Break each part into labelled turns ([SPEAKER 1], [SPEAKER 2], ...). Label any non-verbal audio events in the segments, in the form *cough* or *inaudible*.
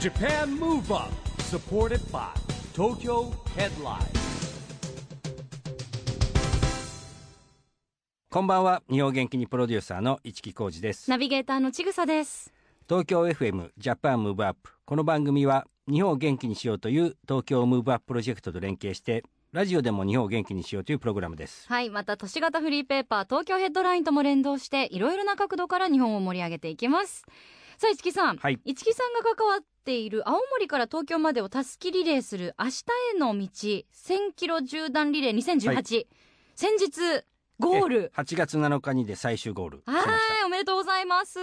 [SPEAKER 1] Japan Move Up supported by Tokyo Headline
[SPEAKER 2] こんばんは日本元気にプロデューサーの市木浩司です
[SPEAKER 3] ナビゲーターのちぐさです。
[SPEAKER 2] 東京 FM ジャパンムーブアップこの番組は日本を元気にしようという東京ムーブアッププロジェクトと連携してラジオでも日本を元気にしようというプログラムです
[SPEAKER 3] はい、また都市型フリーペーパー東京ヘッドラインとも連動していろいろな角度から日本を盛り上げていきます。さあ一木さん、
[SPEAKER 2] はい
[SPEAKER 3] 一木さんが関わっている青森から東京までをたすきリレーする明日への道1000キロ縦断リレー2018、
[SPEAKER 2] は
[SPEAKER 3] 先日ゴール。
[SPEAKER 2] 8月7日にで最終ゴールしま
[SPEAKER 3] は
[SPEAKER 2] した
[SPEAKER 3] い、おめでとうございます。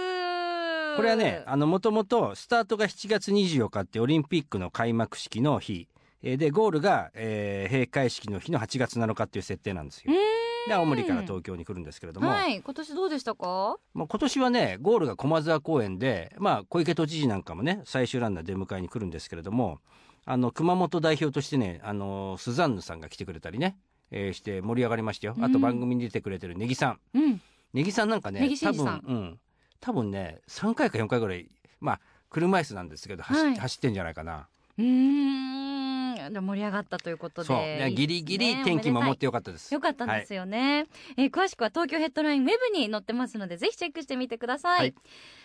[SPEAKER 2] これはねあのもともとスタートが7月24日ってオリンピックの開幕式の日えーでゴールが、えー閉会式の日の8月7日っていう設定なんです
[SPEAKER 3] う
[SPEAKER 2] よ
[SPEAKER 3] ーん
[SPEAKER 2] で青森から東京に来るんですけれども、
[SPEAKER 3] はい、今年どうでしたか？
[SPEAKER 2] まあ、今年はねゴールが駒沢公園で、まあ、小池都知事なんかもね最終ランナー出迎えに来るんですけれどもあの熊本代表としてねあのスザンヌさんが来てくれたりね、えーして盛り上がりましたよ、あ
[SPEAKER 3] う
[SPEAKER 2] と
[SPEAKER 3] ん
[SPEAKER 2] 番組に出てくれてるネギさん
[SPEAKER 3] うん、
[SPEAKER 2] ネギさんなんかね
[SPEAKER 3] ネギシ
[SPEAKER 2] 多
[SPEAKER 3] ンジさん
[SPEAKER 2] 分、うん、多分ね3回か4回ぐらいまあ車椅子なんですけど走,、
[SPEAKER 3] はい
[SPEAKER 2] 走ってんじゃないかな
[SPEAKER 3] うーん、で盛り上がったということで。
[SPEAKER 2] そうねギリギリ天気
[SPEAKER 3] も
[SPEAKER 2] 守ってよかったです
[SPEAKER 3] よかったんですよね、えー詳しくは東京ヘッドラインウェブに載ってますのでぜひチェックしてみてください、
[SPEAKER 2] はい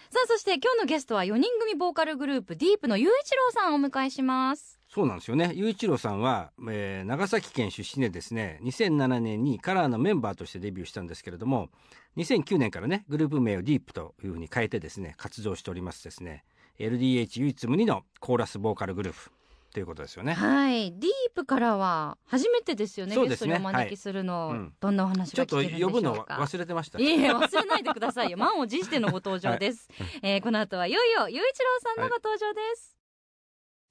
[SPEAKER 3] さあそして今日のゲストは4人組ボーカルグループディープの雄一郎さんをお迎えします
[SPEAKER 2] そうなんですよね。雄一郎さんは、えー長崎県出身でですね、2007年にカラーのメンバーとしてデビューしたんですけれども、2009年からね、グループ名をディープというふうに変えてですね、活動しておりますですね、LDH 唯一無二のコーラスボーカルグループということですよね。
[SPEAKER 3] はいディープからは初めてですよね
[SPEAKER 2] そう
[SPEAKER 3] ゲ
[SPEAKER 2] で
[SPEAKER 3] スト
[SPEAKER 2] す
[SPEAKER 3] に
[SPEAKER 2] ね
[SPEAKER 3] お招きするの、
[SPEAKER 2] はいうん
[SPEAKER 3] どんなお話
[SPEAKER 2] ち
[SPEAKER 3] が
[SPEAKER 2] ょ
[SPEAKER 3] 聞け
[SPEAKER 2] っと
[SPEAKER 3] るんでしょ
[SPEAKER 2] 呼
[SPEAKER 3] うか
[SPEAKER 2] ぶの忘れてました。
[SPEAKER 3] いえいえ忘れないでくださいよ満を持してのご登場です、えーこの後はいよいよ雄一郎さんのご登場です、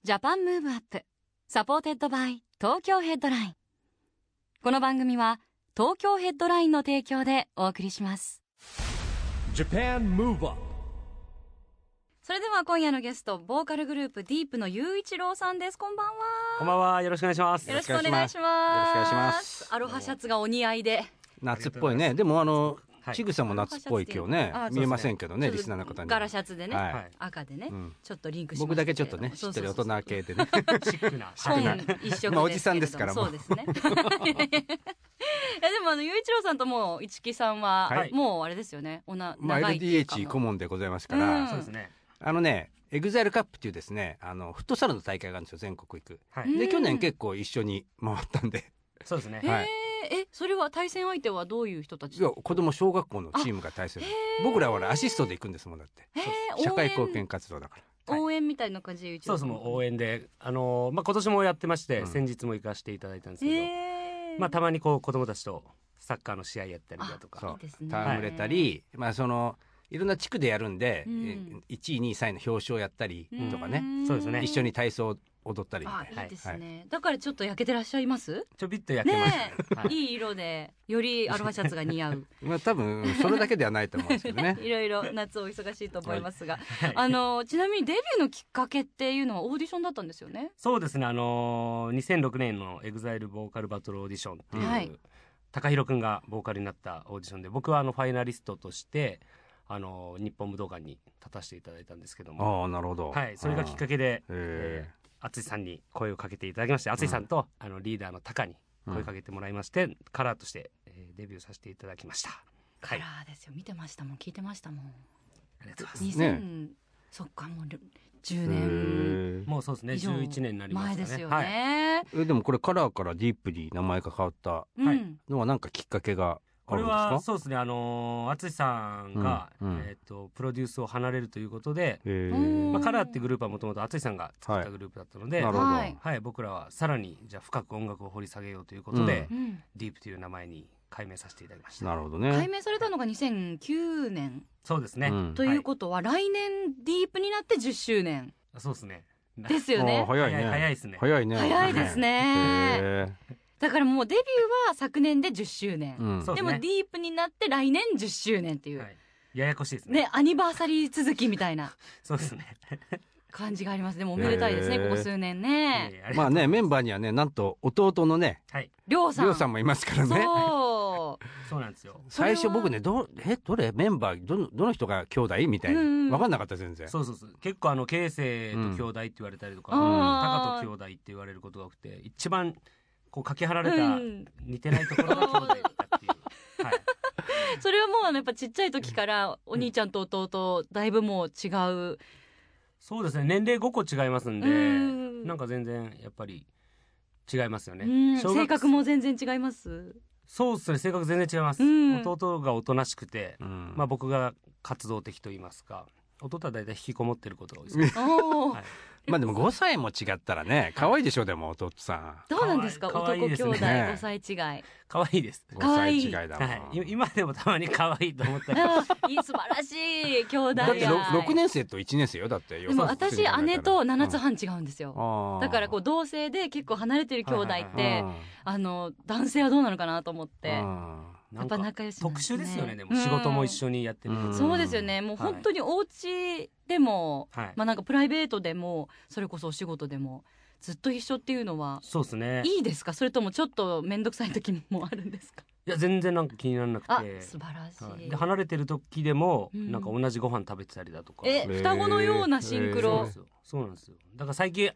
[SPEAKER 3] ジャパンムーブアップサポーテッドバイ東京ヘッドラインこの番組は東京ヘッドラインの提供でお送りします
[SPEAKER 1] Japan Move Up
[SPEAKER 3] それでは今夜のゲストボーカルグループディープの雄一郎さんですこんばんは
[SPEAKER 4] こんばんは、よろしくお願いします。
[SPEAKER 3] よろしくお願いします
[SPEAKER 2] よろしくお願いします
[SPEAKER 3] アロハシャツがお似合いで
[SPEAKER 2] 夏っぽいね。でもあの、
[SPEAKER 4] はい
[SPEAKER 2] ちぐさも夏っぽい今日ね、
[SPEAKER 3] あそうですね
[SPEAKER 2] 見えませんけどね、
[SPEAKER 3] ちょっと
[SPEAKER 2] リスナーの方に。
[SPEAKER 3] ガラシャツでね、
[SPEAKER 2] はい
[SPEAKER 4] はい。
[SPEAKER 3] 赤でね、
[SPEAKER 2] うん
[SPEAKER 3] ちょっとリンクしまし
[SPEAKER 2] 僕
[SPEAKER 3] た
[SPEAKER 2] だ
[SPEAKER 3] け
[SPEAKER 2] け
[SPEAKER 3] れ
[SPEAKER 2] ちょ
[SPEAKER 3] ど
[SPEAKER 2] っとね、知
[SPEAKER 3] そう
[SPEAKER 2] って
[SPEAKER 3] そう
[SPEAKER 2] る
[SPEAKER 3] そ
[SPEAKER 2] 大
[SPEAKER 3] うそう
[SPEAKER 2] 人系
[SPEAKER 3] *laughs*
[SPEAKER 2] でね。
[SPEAKER 4] シックな。
[SPEAKER 3] 本
[SPEAKER 4] シックな
[SPEAKER 3] 一色
[SPEAKER 2] まあおじさんですから
[SPEAKER 3] けれどもそうですね。 *laughs* いやでもあの雄一郎さんともう一木さんは、
[SPEAKER 4] はい
[SPEAKER 3] もうあれですよね。おな
[SPEAKER 2] まあ、
[SPEAKER 3] 長いっていうか
[SPEAKER 2] LDH 顧問でございますか
[SPEAKER 3] う
[SPEAKER 2] ら、
[SPEAKER 3] ん
[SPEAKER 4] そうですね。
[SPEAKER 2] あのね、エグザイルカップっていうですね、あの、フットサルの大会があるんですよ、全国行く。
[SPEAKER 4] はい
[SPEAKER 3] うん
[SPEAKER 2] で、去年結構一緒に回ったんで、
[SPEAKER 4] そうですね
[SPEAKER 3] へ。ー
[SPEAKER 2] はい
[SPEAKER 3] えそれは対戦相手はどういう人たち
[SPEAKER 2] いや子供小学校のチームが対戦
[SPEAKER 3] へー
[SPEAKER 2] 僕らはほらアシストで行くんですもんだって。
[SPEAKER 3] へー
[SPEAKER 2] 社
[SPEAKER 3] 応
[SPEAKER 2] 会
[SPEAKER 3] 援
[SPEAKER 2] 貢献活動だから。
[SPEAKER 4] はい
[SPEAKER 3] 応援みたいな感じで雄一
[SPEAKER 4] そ
[SPEAKER 3] 郎
[SPEAKER 4] う
[SPEAKER 3] さ
[SPEAKER 4] そ
[SPEAKER 3] ん
[SPEAKER 4] う、応援で、あのー、まあ、今年もやってまして、
[SPEAKER 2] うん
[SPEAKER 4] 先日も行かせていただいたんですけ
[SPEAKER 3] へー
[SPEAKER 4] ど、まあ、たまにこう、子供たちとサッカーの試合やったりだと
[SPEAKER 2] そ
[SPEAKER 4] か、
[SPEAKER 2] う
[SPEAKER 3] いいですね
[SPEAKER 2] 戯れたり、まあその、いろんな地区でやるんで、
[SPEAKER 3] うん
[SPEAKER 2] 1位、2位、3位の表彰やったりとかね、
[SPEAKER 3] ん
[SPEAKER 4] そうですね
[SPEAKER 2] 一緒に体操踊ったりみた
[SPEAKER 3] あ
[SPEAKER 2] い
[SPEAKER 3] い
[SPEAKER 2] な。
[SPEAKER 3] いですね、だからちょっと焼けてらっしゃいます
[SPEAKER 4] ちょびっとやって
[SPEAKER 3] ね
[SPEAKER 4] ます。
[SPEAKER 3] え、
[SPEAKER 4] はい
[SPEAKER 3] い、い色でよりアロハシャツが似合う
[SPEAKER 2] まあ多分、それだけではないと思うんですけど
[SPEAKER 3] *laughs*
[SPEAKER 2] ね。
[SPEAKER 3] いろいろ夏お忙しいと思いますが、
[SPEAKER 4] はい
[SPEAKER 3] あのちなみにデビューのきっかけっていうのはオーディションだったんですよね。
[SPEAKER 4] そうですね、あのー、2006年のエグザイルボーカルバトルオーディションっていう、
[SPEAKER 3] はい
[SPEAKER 4] 高弘くんがボーカルになったオーディションで、僕はあの、ファイナリストとして、あのー、日本武道館に立たせていただいたんですけども、
[SPEAKER 2] ああ、なるほど。
[SPEAKER 4] はい、それがきっかけで、
[SPEAKER 2] うんへ
[SPEAKER 4] え
[SPEAKER 2] え
[SPEAKER 4] ー、淳さんに声をかけていただきまして、淳さんと、あのリーダーのタカに声をかけてもらいまして、カラーとして、えーデビューさせていただきました。はい
[SPEAKER 3] カラ、ーですよ見てましたもん聞いてましたもん。
[SPEAKER 4] ありがとうございます。
[SPEAKER 3] 2000、そっかもう10
[SPEAKER 2] へ
[SPEAKER 3] 年
[SPEAKER 2] え
[SPEAKER 4] もうそうですね、
[SPEAKER 3] 以上
[SPEAKER 4] 11年になりますか
[SPEAKER 3] 前
[SPEAKER 4] ね。
[SPEAKER 3] ですよ
[SPEAKER 4] はい。
[SPEAKER 3] ね。
[SPEAKER 2] えでもこれカラーからディープに名前が変わった
[SPEAKER 3] うん、
[SPEAKER 4] はい
[SPEAKER 2] のはなんかきっかけがあ
[SPEAKER 4] こ
[SPEAKER 2] る
[SPEAKER 4] れ
[SPEAKER 2] んですか
[SPEAKER 4] はそうですね、あのー、淳さんが、
[SPEAKER 2] うんうん
[SPEAKER 4] えっ、と、プロデュースを離れるということで、
[SPEAKER 2] へ
[SPEAKER 3] うん
[SPEAKER 2] ー
[SPEAKER 4] まあ、カラーってグループはもともと淳さんが作っ
[SPEAKER 2] は
[SPEAKER 4] た
[SPEAKER 2] い
[SPEAKER 4] グループだったので、
[SPEAKER 2] なるほど、
[SPEAKER 3] はい
[SPEAKER 4] はい、僕らはさらに、じゃあ深く音楽を掘り下げようということで、
[SPEAKER 2] う
[SPEAKER 3] うん
[SPEAKER 4] ディープという名前に改名させていただきました。
[SPEAKER 2] なるほど
[SPEAKER 3] 解
[SPEAKER 2] ね。
[SPEAKER 3] 明されたのが2009年
[SPEAKER 4] そうですね。
[SPEAKER 2] うん
[SPEAKER 3] ということは、来年ディープになって10周年
[SPEAKER 4] そうですね。な
[SPEAKER 3] ですよ
[SPEAKER 2] あー
[SPEAKER 3] ね。
[SPEAKER 2] 早いね。
[SPEAKER 4] 早い早いですね
[SPEAKER 2] 早いね。
[SPEAKER 3] 早いです
[SPEAKER 2] *laughs* へ
[SPEAKER 3] ね。
[SPEAKER 2] ー。
[SPEAKER 3] だからもうデビューは昨年で10周年。
[SPEAKER 2] うん
[SPEAKER 4] そう
[SPEAKER 3] でも
[SPEAKER 4] ね
[SPEAKER 3] ディープになって来年10周年っていう、
[SPEAKER 4] はい、ややこしいですね
[SPEAKER 3] ね、アニバーサリー続きみたいな
[SPEAKER 4] そうですね
[SPEAKER 3] 感じがあります。でもおめでたいですね、
[SPEAKER 2] へー
[SPEAKER 3] ここ数年ね。
[SPEAKER 4] いやいやりがと
[SPEAKER 2] まあ
[SPEAKER 4] う
[SPEAKER 2] ねメンバーにはねなんと弟のね
[SPEAKER 4] はい
[SPEAKER 3] りょうさん。
[SPEAKER 2] りょうさんもいますからね。
[SPEAKER 3] そう。
[SPEAKER 4] そうなんですよ
[SPEAKER 2] 最初僕ねどえどれメンバーどのどの人が兄弟みたいな、
[SPEAKER 3] うんうん
[SPEAKER 2] 分かんなかった全然
[SPEAKER 4] そうそうそう結構あの慶生と兄弟って言われたりとか、
[SPEAKER 3] うん
[SPEAKER 4] 高と兄弟って言われることが多くて一番こうかけ離れた
[SPEAKER 3] うん
[SPEAKER 4] 似てないところが兄弟だったっていう、はい、
[SPEAKER 3] それはもうあのやっぱちっちゃい時からお兄ちゃんと弟だいぶもう違う
[SPEAKER 4] そうですね年齢5個違いますんで
[SPEAKER 3] うん
[SPEAKER 4] なんか全然やっぱり違いますよね
[SPEAKER 3] うん
[SPEAKER 4] 小学
[SPEAKER 3] 性格も全然違います
[SPEAKER 4] そうですね性格全然違います、
[SPEAKER 3] うん
[SPEAKER 4] 弟がおとなしくて、
[SPEAKER 2] うん
[SPEAKER 4] まあ、僕が活動的と言いますか弟は大体引きこもってることが多いですね
[SPEAKER 3] おー
[SPEAKER 4] はい
[SPEAKER 2] まあでも5歳も違ったらね可愛いでしょでも弟さ
[SPEAKER 3] どうなんですか
[SPEAKER 4] かわいい
[SPEAKER 3] 男兄弟
[SPEAKER 4] かわいいです
[SPEAKER 2] ね
[SPEAKER 3] 5歳違い
[SPEAKER 4] 可愛いです
[SPEAKER 2] *laughs* ん5
[SPEAKER 3] 可愛
[SPEAKER 2] 歳
[SPEAKER 3] い
[SPEAKER 2] 違いだもん、
[SPEAKER 4] はい、い *laughs* 今でもたまに可愛いと思
[SPEAKER 3] *laughs*
[SPEAKER 4] ったり
[SPEAKER 3] あいい素晴らしい兄弟
[SPEAKER 2] だってろ
[SPEAKER 3] 愛
[SPEAKER 2] 6年生と1年生よだって
[SPEAKER 3] でも私姉と7つ半違うんですよ、だ
[SPEAKER 2] だ
[SPEAKER 3] からこう同性で結構離れてる兄弟
[SPEAKER 4] はい
[SPEAKER 3] っ
[SPEAKER 4] はい
[SPEAKER 3] てあの男性はどうなのかなと思ってや
[SPEAKER 4] な
[SPEAKER 3] っ
[SPEAKER 4] んか
[SPEAKER 3] ぱ仲良しなん
[SPEAKER 4] 特殊ですよねでも
[SPEAKER 3] うん
[SPEAKER 4] 仕事も一緒にやってる、
[SPEAKER 2] うん
[SPEAKER 3] そうですよねもう本当にお家でも、
[SPEAKER 4] はい
[SPEAKER 3] まあなんかプライベートでもそれこそお仕事でもずっと一緒っていうのは
[SPEAKER 4] そうですねい
[SPEAKER 3] いいですかそれともちょっと面倒くさい時もあるんですか
[SPEAKER 4] や全然なんか気にならなく
[SPEAKER 3] あ
[SPEAKER 4] て
[SPEAKER 3] 素晴らし
[SPEAKER 4] はい
[SPEAKER 3] い、
[SPEAKER 4] で離れてる時でも、
[SPEAKER 3] うん
[SPEAKER 4] なんか同じご飯食べてたりだとか
[SPEAKER 3] え双子のようなシンク
[SPEAKER 4] そうなん
[SPEAKER 3] ロ
[SPEAKER 4] ですよそうなんですよだから最近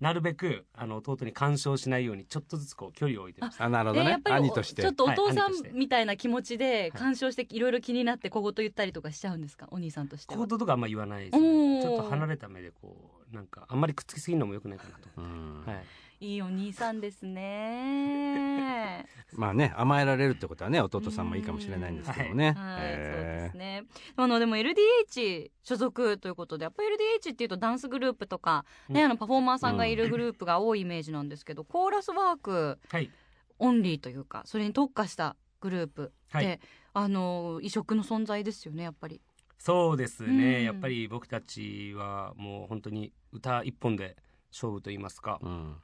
[SPEAKER 4] なるべくあの弟に干渉しないようにちょっとずつこう距離を置いてます
[SPEAKER 2] あなるほ
[SPEAKER 3] え
[SPEAKER 2] ど
[SPEAKER 3] や
[SPEAKER 2] ね
[SPEAKER 3] っぱり
[SPEAKER 2] 兄
[SPEAKER 3] お
[SPEAKER 2] として
[SPEAKER 3] ちょっとお父さん
[SPEAKER 4] はい兄として
[SPEAKER 3] みたいな気持ちで
[SPEAKER 4] い
[SPEAKER 3] 干渉していろいろ気になって小言言ったりとかしちゃうんですかお兄さんとしては
[SPEAKER 4] 行動とかあんま言わないです、ね、
[SPEAKER 3] おー
[SPEAKER 4] ちょっと離れた目でこうなんかあんまりくっつきすぎるのもよくないかなと、
[SPEAKER 2] うん
[SPEAKER 4] はい、
[SPEAKER 3] いいお兄さんですね
[SPEAKER 2] まあね甘えられるってことはね弟さんもいいかもしれないんですけどもね
[SPEAKER 3] はい、そうで
[SPEAKER 2] え
[SPEAKER 3] すねあのでも LDH 所属ということでやっぱ LDH っていうとダンスグループとか、ね
[SPEAKER 4] うん
[SPEAKER 3] あのパフォーマーさんがいるグループが多いイメージなんですけど、コーラスワーク
[SPEAKER 4] はい
[SPEAKER 3] オンリーというかそれに特化したグループで、
[SPEAKER 4] はい
[SPEAKER 3] あの異色の存在ですよねやっぱり。
[SPEAKER 4] そうですね、
[SPEAKER 3] うん
[SPEAKER 4] やっぱり僕たちはもう本当に歌一本で勝負と言いますか、
[SPEAKER 2] うん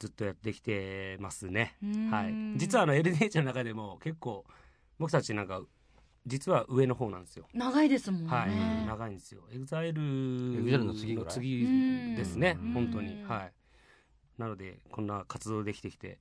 [SPEAKER 4] ずっとやってきてますね、
[SPEAKER 3] うん
[SPEAKER 4] はい、実はあの LDH の中でも結構僕たちなんか実は上の方なんですよ
[SPEAKER 3] 長いですもんね。
[SPEAKER 4] はい、
[SPEAKER 2] うん
[SPEAKER 4] 長いんですよ。エグザイル
[SPEAKER 2] EXILE の次ぐらい
[SPEAKER 4] ですね
[SPEAKER 3] うん、
[SPEAKER 4] 本当に
[SPEAKER 3] うん
[SPEAKER 4] はい。なのでこんな活動できてきて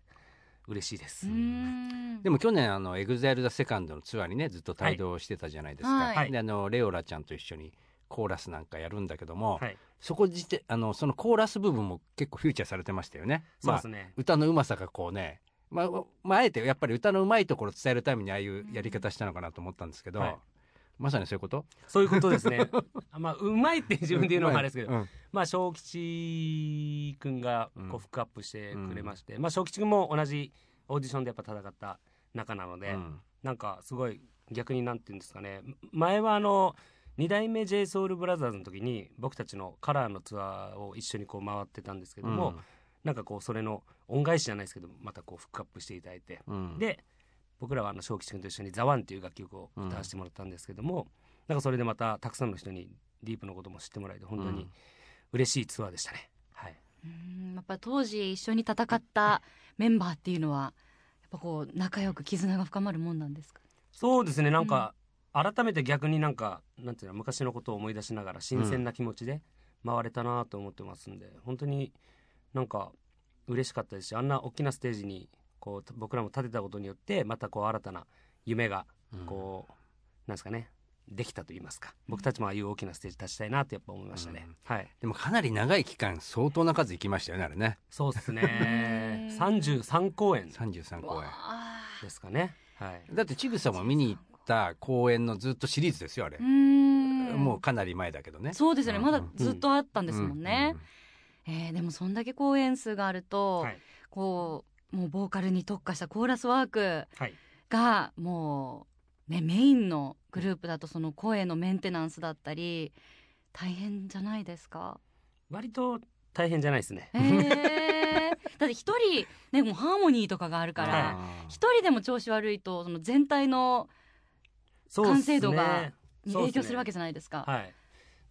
[SPEAKER 4] 嬉しいです
[SPEAKER 3] う。ん
[SPEAKER 2] でも去年あの EXILE The Second のツアーにねずっと帯同してたじゃないですか、
[SPEAKER 3] はい
[SPEAKER 4] はい
[SPEAKER 2] であのレオラちゃんと一緒にコーラスなんかやるんだけども、
[SPEAKER 4] はい、
[SPEAKER 2] そこ自体あのそのコーラス部分も結構フューチャーされてましたよね。
[SPEAKER 4] そう
[SPEAKER 2] ま
[SPEAKER 4] で
[SPEAKER 2] あ
[SPEAKER 4] すね。
[SPEAKER 2] 歌のうまさがこうね、まあまあ、あえてやっぱり歌のうまいところを伝えるためにああいうやり方したのかなと思ったんですけど、
[SPEAKER 4] はい
[SPEAKER 2] まさにそういうこと
[SPEAKER 4] そういうことです
[SPEAKER 3] *laughs*
[SPEAKER 4] ね。あまあうまいって自分で言うのもあれですけど、
[SPEAKER 2] うん
[SPEAKER 4] まあ小吉くんが
[SPEAKER 2] う
[SPEAKER 4] こ
[SPEAKER 2] ん
[SPEAKER 4] うフックアップしてくれまして、まあ小吉くんも同じオーディションでやっぱ戦った仲なの
[SPEAKER 2] う
[SPEAKER 4] で、
[SPEAKER 2] ん
[SPEAKER 4] なんかすごい逆になんて言うんですかね前はあの2代目 j s o u l b r o t h e r s の時に僕たちのカラーのツアーを一緒にこう回ってたんですけども、なんかこうそれの恩返しじゃないですけどまたこうフックアップしていただいて、
[SPEAKER 2] うん
[SPEAKER 4] で僕らはあの正吉君と一緒に「ザワンっていう楽曲を歌わせてもらったんですけども、なんかそれでまたたくさんの人にディープのことも知ってもらえて本当に嬉しいツアーでしたね。はい、
[SPEAKER 3] うんやっぱ当時一緒に戦ったメンバーっていうのはやっぱこう仲良く絆が深まるもんなんですか
[SPEAKER 4] そうですねなんか、改めて逆になんかなんていうの昔のことを思い出しながら新鮮な気持ちで回れたなと思ってますんで、本当になんか嬉しかったですしあんな大きなステージにこう僕らも立てたことによってまたこう新たな夢がこう、なんですかねできたと言いますか僕たちもああいう大きなステージ立ちたいなってやっぱ思いましたね、はい
[SPEAKER 2] でもかなり長い期間相当な数行きましたよねあれね
[SPEAKER 4] そうです *laughs* ね33公演
[SPEAKER 2] 33公演
[SPEAKER 3] ああ
[SPEAKER 4] ですかねはい
[SPEAKER 2] だってちぐさも見に行った公演のずっとシリーズですよあれ
[SPEAKER 3] う、ん
[SPEAKER 2] もうかなり前だけどね
[SPEAKER 3] そうですよね
[SPEAKER 2] うん
[SPEAKER 3] まだずっとあったんですもんね
[SPEAKER 2] う、
[SPEAKER 3] えーでもそんだけ公演数があると、
[SPEAKER 4] はい、
[SPEAKER 3] こうもうボーカルに特化したコーラスワーク
[SPEAKER 4] はい、
[SPEAKER 3] がもう、ね、メインのグループだとその声のメンテナンスだったり大変じゃないですか
[SPEAKER 4] 割と大変じゃないですね
[SPEAKER 3] へえだって一人ねもうハーモニーとかがあるか
[SPEAKER 2] うん
[SPEAKER 3] ら
[SPEAKER 2] あー
[SPEAKER 3] 一人でも調子悪いとその全体の
[SPEAKER 4] そうっすね
[SPEAKER 3] 完成度がに
[SPEAKER 4] そうっ
[SPEAKER 3] 影
[SPEAKER 4] ね
[SPEAKER 3] 響するわけじゃないですか。
[SPEAKER 4] はい、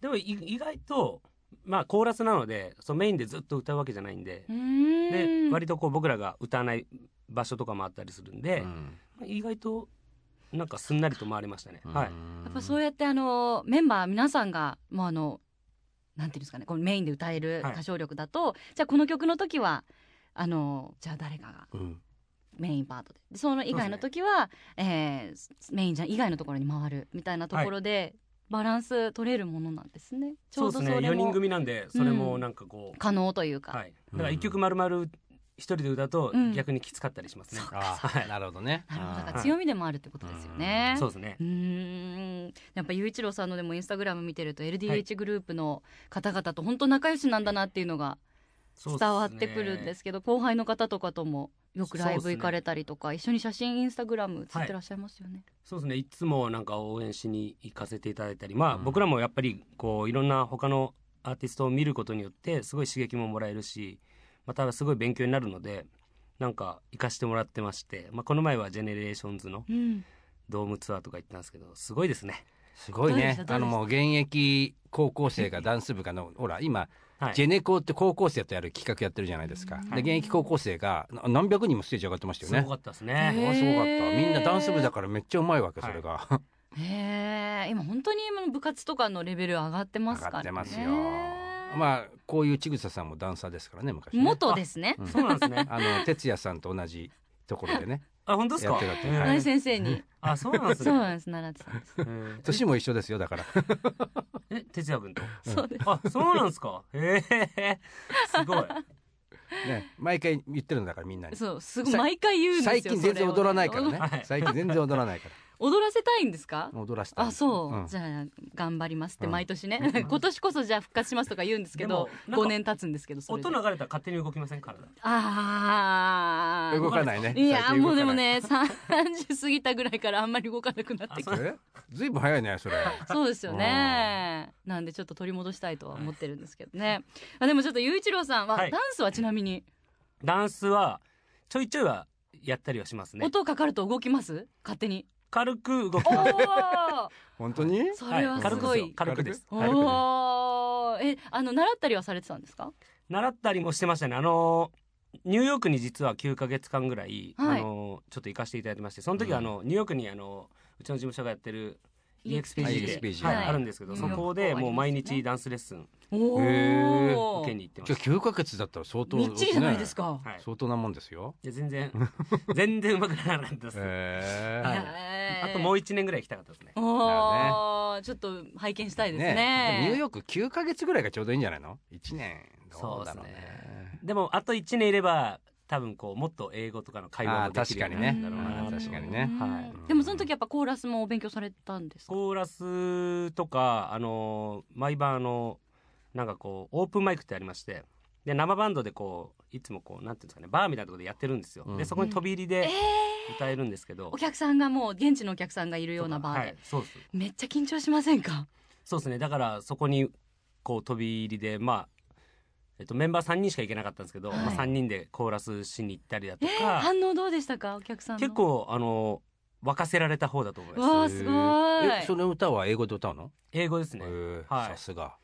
[SPEAKER 4] でもい意外とまあコーラスなのでそのメインでずっと歌うわけじゃないんで
[SPEAKER 3] う、ー
[SPEAKER 4] で
[SPEAKER 3] ん
[SPEAKER 4] 割とこう僕らが歌わない場所とかもあったりするんで
[SPEAKER 2] う、ん
[SPEAKER 4] 意外となんかすんなりと回りましたね、はい
[SPEAKER 3] やっぱそうやってあのメンバー皆さんがもうあのなんていうんですかねこのメインで歌える
[SPEAKER 4] はい
[SPEAKER 3] 歌唱力だと、じゃあこの曲の時はあのじゃあ誰かが
[SPEAKER 2] うん
[SPEAKER 3] メインパートででその以外の時は、えーメインじゃん以外のところに回るみたいなところで、バランス取れるものなんですねち
[SPEAKER 4] そ
[SPEAKER 3] ょ
[SPEAKER 4] う
[SPEAKER 3] う
[SPEAKER 4] で
[SPEAKER 3] ど
[SPEAKER 4] すね
[SPEAKER 3] それ
[SPEAKER 4] 4人
[SPEAKER 3] も
[SPEAKER 4] 組なんでそれもなんかこう、
[SPEAKER 3] 可能というか、
[SPEAKER 4] はい、だから一曲丸々一人で歌うと
[SPEAKER 3] うん
[SPEAKER 4] 逆にきつかったりしますね、
[SPEAKER 2] あー *laughs* なるほどね。
[SPEAKER 3] なるほどだから
[SPEAKER 4] はい
[SPEAKER 3] 強みでもあるってことですよね。
[SPEAKER 4] そうですね
[SPEAKER 3] うーんやっぱ雄一郎さんのでもインスタグラム見てると LDH グループの方々と本当仲良しなんだなっていうのが伝わってくるんですすけど後輩の方とかともよくラ
[SPEAKER 4] そう
[SPEAKER 3] イブ
[SPEAKER 4] ですね
[SPEAKER 3] 行かれたりとか、一緒に写真インスタグラム写ってらっしゃいますよね。
[SPEAKER 4] そうですねいつもなんか応援しに行かせていただいたりまあ、
[SPEAKER 2] うん
[SPEAKER 4] 僕らもやっぱりこういろんな他のアーティストを見ることによってすごい刺激ももらえるしまたすごい勉強になるのでなんか行かしてもらってまして、まあ、この前はジェネレーションズの
[SPEAKER 3] うん
[SPEAKER 4] ドームツアーとか行ったんですけどすごいですね
[SPEAKER 2] すごい
[SPEAKER 3] どうでした。どう
[SPEAKER 2] ね
[SPEAKER 3] でした
[SPEAKER 2] あのもう現役高校生がダンス部かのほら今
[SPEAKER 4] はい
[SPEAKER 2] ジェネコって高校生とやる企画やってるじゃないですか。で現役高校生がな何百人もステージ上がってましたよ
[SPEAKER 4] す
[SPEAKER 2] ね
[SPEAKER 4] ごか。ったです
[SPEAKER 2] あ
[SPEAKER 4] ね、
[SPEAKER 2] ーすごかった。みんなダンス部だからめっちゃうまいわけ
[SPEAKER 4] は
[SPEAKER 2] そ
[SPEAKER 4] い
[SPEAKER 2] れが。
[SPEAKER 3] へえ今本当に今の部活とかのレベル上がって
[SPEAKER 2] *laughs*
[SPEAKER 3] ます
[SPEAKER 2] 上
[SPEAKER 3] から
[SPEAKER 2] がっ
[SPEAKER 3] ね。
[SPEAKER 2] てますよ。まあこういうちぐささんもダンサーですからね昔ね。
[SPEAKER 3] 元ですね。
[SPEAKER 2] うん
[SPEAKER 4] そうなんです
[SPEAKER 2] *laughs*
[SPEAKER 4] ね
[SPEAKER 2] あの哲也さんと同じところでね。
[SPEAKER 3] *laughs*
[SPEAKER 4] あ本当ですか
[SPEAKER 2] やってたって
[SPEAKER 4] うん
[SPEAKER 2] は
[SPEAKER 3] 同じ先生に。
[SPEAKER 4] あそうなんです
[SPEAKER 3] そ
[SPEAKER 4] ね
[SPEAKER 3] うなんです習ってたんです。
[SPEAKER 4] うん
[SPEAKER 2] 年も一緒ですよだから。
[SPEAKER 4] え哲也君と
[SPEAKER 3] そうです。
[SPEAKER 4] あそうなんですかへえす
[SPEAKER 3] *laughs*
[SPEAKER 4] ごい
[SPEAKER 2] ね毎回言ってるんだからみんなに。
[SPEAKER 3] そうすごい毎回言うんですよ。
[SPEAKER 2] 最近全然
[SPEAKER 3] それ
[SPEAKER 2] 踊
[SPEAKER 3] を
[SPEAKER 2] らないからね
[SPEAKER 4] はい。
[SPEAKER 2] *laughs* 最近全然踊らないか。
[SPEAKER 3] 踊らせたいんですから
[SPEAKER 2] 踊らせた。
[SPEAKER 3] あそう、
[SPEAKER 2] ん
[SPEAKER 3] じゃあ頑張りますって
[SPEAKER 2] うん
[SPEAKER 3] 毎年ね、今年こそじゃあ復活しますとか言うんですけど
[SPEAKER 4] でもなんか
[SPEAKER 3] 5年経つんですけどそれで
[SPEAKER 4] 音流れたら勝手に動きません体
[SPEAKER 3] あ
[SPEAKER 2] 動
[SPEAKER 3] あ
[SPEAKER 2] かないね。
[SPEAKER 3] いや
[SPEAKER 2] 最
[SPEAKER 3] ー
[SPEAKER 2] 近動
[SPEAKER 3] もう
[SPEAKER 2] かな
[SPEAKER 3] で
[SPEAKER 2] い
[SPEAKER 3] も。ね30過ぎたぐらいからあんまり動かなく
[SPEAKER 4] *laughs*
[SPEAKER 3] なってきて
[SPEAKER 4] あ
[SPEAKER 2] えずいぶん早いねそれ。
[SPEAKER 3] そうですよねなんでちょっと取り戻したいとは思ってるんですけどねあでもちょっと雄一郎さんは、
[SPEAKER 4] はい
[SPEAKER 3] ダンスはちなみに
[SPEAKER 4] ダンスはちょいちょいはやったりはしますね
[SPEAKER 3] 音かかると動きます勝手に
[SPEAKER 4] 軽く動き
[SPEAKER 3] お
[SPEAKER 4] ます
[SPEAKER 3] お *laughs*
[SPEAKER 2] 本当に？
[SPEAKER 3] それはす
[SPEAKER 4] 軽く
[SPEAKER 3] ご
[SPEAKER 4] です
[SPEAKER 3] い、
[SPEAKER 4] よ軽くです
[SPEAKER 3] お
[SPEAKER 2] 軽くね
[SPEAKER 3] おーえあの習ったりはされてたんですか
[SPEAKER 4] 習ったりもしてましたねあのニューヨークに実は9ヶ月間ぐらい、
[SPEAKER 3] はい
[SPEAKER 4] あのちょっと行かせていただいてましてその時はあの、ニューヨークにあのうちの事務所がやってる EXPG で、
[SPEAKER 2] EXPG
[SPEAKER 4] はい
[SPEAKER 2] はい
[SPEAKER 4] あるんですけど
[SPEAKER 3] ニュー
[SPEAKER 4] そ
[SPEAKER 3] ヨーク
[SPEAKER 4] こでもう毎
[SPEAKER 3] ありますよね
[SPEAKER 4] 日ダンスレッスン
[SPEAKER 3] お
[SPEAKER 2] へー
[SPEAKER 3] お
[SPEAKER 4] 受けに行ってま
[SPEAKER 2] じゃあ
[SPEAKER 4] し
[SPEAKER 2] 九ヶ月だったら相当
[SPEAKER 3] みっちりじゃないですか、
[SPEAKER 4] た、はい、い
[SPEAKER 2] 相当なもんですよ。
[SPEAKER 4] や全然 *laughs* 全然うまくならなかったです、
[SPEAKER 2] へ
[SPEAKER 4] はい
[SPEAKER 3] へー
[SPEAKER 4] あともう1年ぐらい行きたかったですね
[SPEAKER 3] おーちょっと拝見したい
[SPEAKER 2] え。
[SPEAKER 3] ですね
[SPEAKER 2] でもニューヨーク9ヶ月ぐらいがちょうどいいんじゃないの？一年どうだろ
[SPEAKER 4] そ
[SPEAKER 2] う
[SPEAKER 4] うです
[SPEAKER 2] ね。
[SPEAKER 4] でもあと1年いれば多分こうもっと英語とかの会話もできるようになるんだろう
[SPEAKER 2] あー
[SPEAKER 4] な
[SPEAKER 2] 確かにね
[SPEAKER 4] と
[SPEAKER 2] 確かにね
[SPEAKER 4] はい
[SPEAKER 3] うんでもその時やっぱコーラスもお勉強されたんですか
[SPEAKER 4] コーラスとかあの毎晩あのなんかこうオープンマイクってありましてで生バンドでこういつもこうなんていうんですかねバーみたいなところでやってるんですよ、
[SPEAKER 2] うん
[SPEAKER 4] でそこに飛び入りで歌えるんですけど、
[SPEAKER 3] お客さんがもう現地のお客さんがいるような場で、
[SPEAKER 4] はい、そうです
[SPEAKER 3] めっちゃ緊張しませんか
[SPEAKER 4] そうですねだからそこにこう飛び入りでまあえっと、メンバー3人しか行けなかったんですけど、
[SPEAKER 3] はい
[SPEAKER 4] まあ、3人でコーラスしに行ったりだと
[SPEAKER 3] え
[SPEAKER 4] か、
[SPEAKER 3] ー反応どうでしたかお客さんの
[SPEAKER 4] 結構あの沸かせられた方だと思います
[SPEAKER 3] わあすごい
[SPEAKER 2] えその歌は英語で歌うの？
[SPEAKER 4] 英語です
[SPEAKER 2] へ
[SPEAKER 4] ね
[SPEAKER 2] え
[SPEAKER 4] はい
[SPEAKER 2] さすが。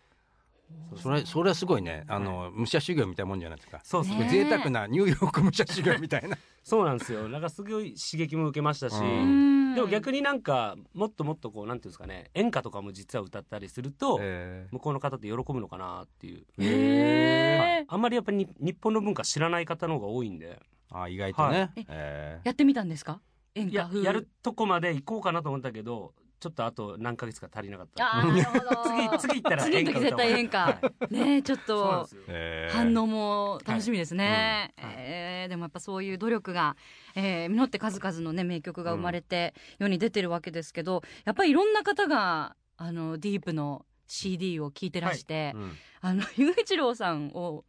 [SPEAKER 2] それそれはすごいね。あの武者修行みたいなもんじゃないですか。
[SPEAKER 4] そうですね
[SPEAKER 3] ねえ
[SPEAKER 2] 贅沢なニューヨーク武者修行み
[SPEAKER 3] *laughs*
[SPEAKER 2] たいな。
[SPEAKER 4] そうなんですよなんかすごい刺激も受けましたし、
[SPEAKER 2] うん
[SPEAKER 4] でも逆
[SPEAKER 3] に
[SPEAKER 4] になんかもっともっとこうなんていうんですかね演歌とかも実は歌ったりすると、
[SPEAKER 2] ええ
[SPEAKER 4] 向こうの方って喜ぶのかなっていう、
[SPEAKER 3] へー
[SPEAKER 4] あんまりやっぱり日本の文化知らない方の方が多いんで
[SPEAKER 2] あ意外と
[SPEAKER 4] は
[SPEAKER 2] ね
[SPEAKER 4] い。
[SPEAKER 2] ええ
[SPEAKER 3] やってみたんですか演
[SPEAKER 4] い
[SPEAKER 3] 歌
[SPEAKER 4] や
[SPEAKER 3] 風
[SPEAKER 4] やるとこまで行こうかなと思ったけどちょっとあと何ヶ月か足りなかった
[SPEAKER 3] あーなるほど
[SPEAKER 4] *laughs* 次次行ったら
[SPEAKER 3] 次
[SPEAKER 4] 演
[SPEAKER 3] の
[SPEAKER 4] 歌
[SPEAKER 3] 時
[SPEAKER 4] 歌
[SPEAKER 3] 絶
[SPEAKER 4] おう
[SPEAKER 3] 対演歌ねえちょっ
[SPEAKER 4] そうなんで
[SPEAKER 3] と
[SPEAKER 4] すよ
[SPEAKER 2] ええ
[SPEAKER 3] 反応も楽しみですね、
[SPEAKER 4] はいうんはい
[SPEAKER 3] えーでもやっぱそういう努力が、えー実って数々のね名曲が生まれて世に出てるわけですけど、やっぱりいろんな方があのディープの CD を聴いてらして、
[SPEAKER 2] うん
[SPEAKER 3] あの *laughs* 雄一郎さんを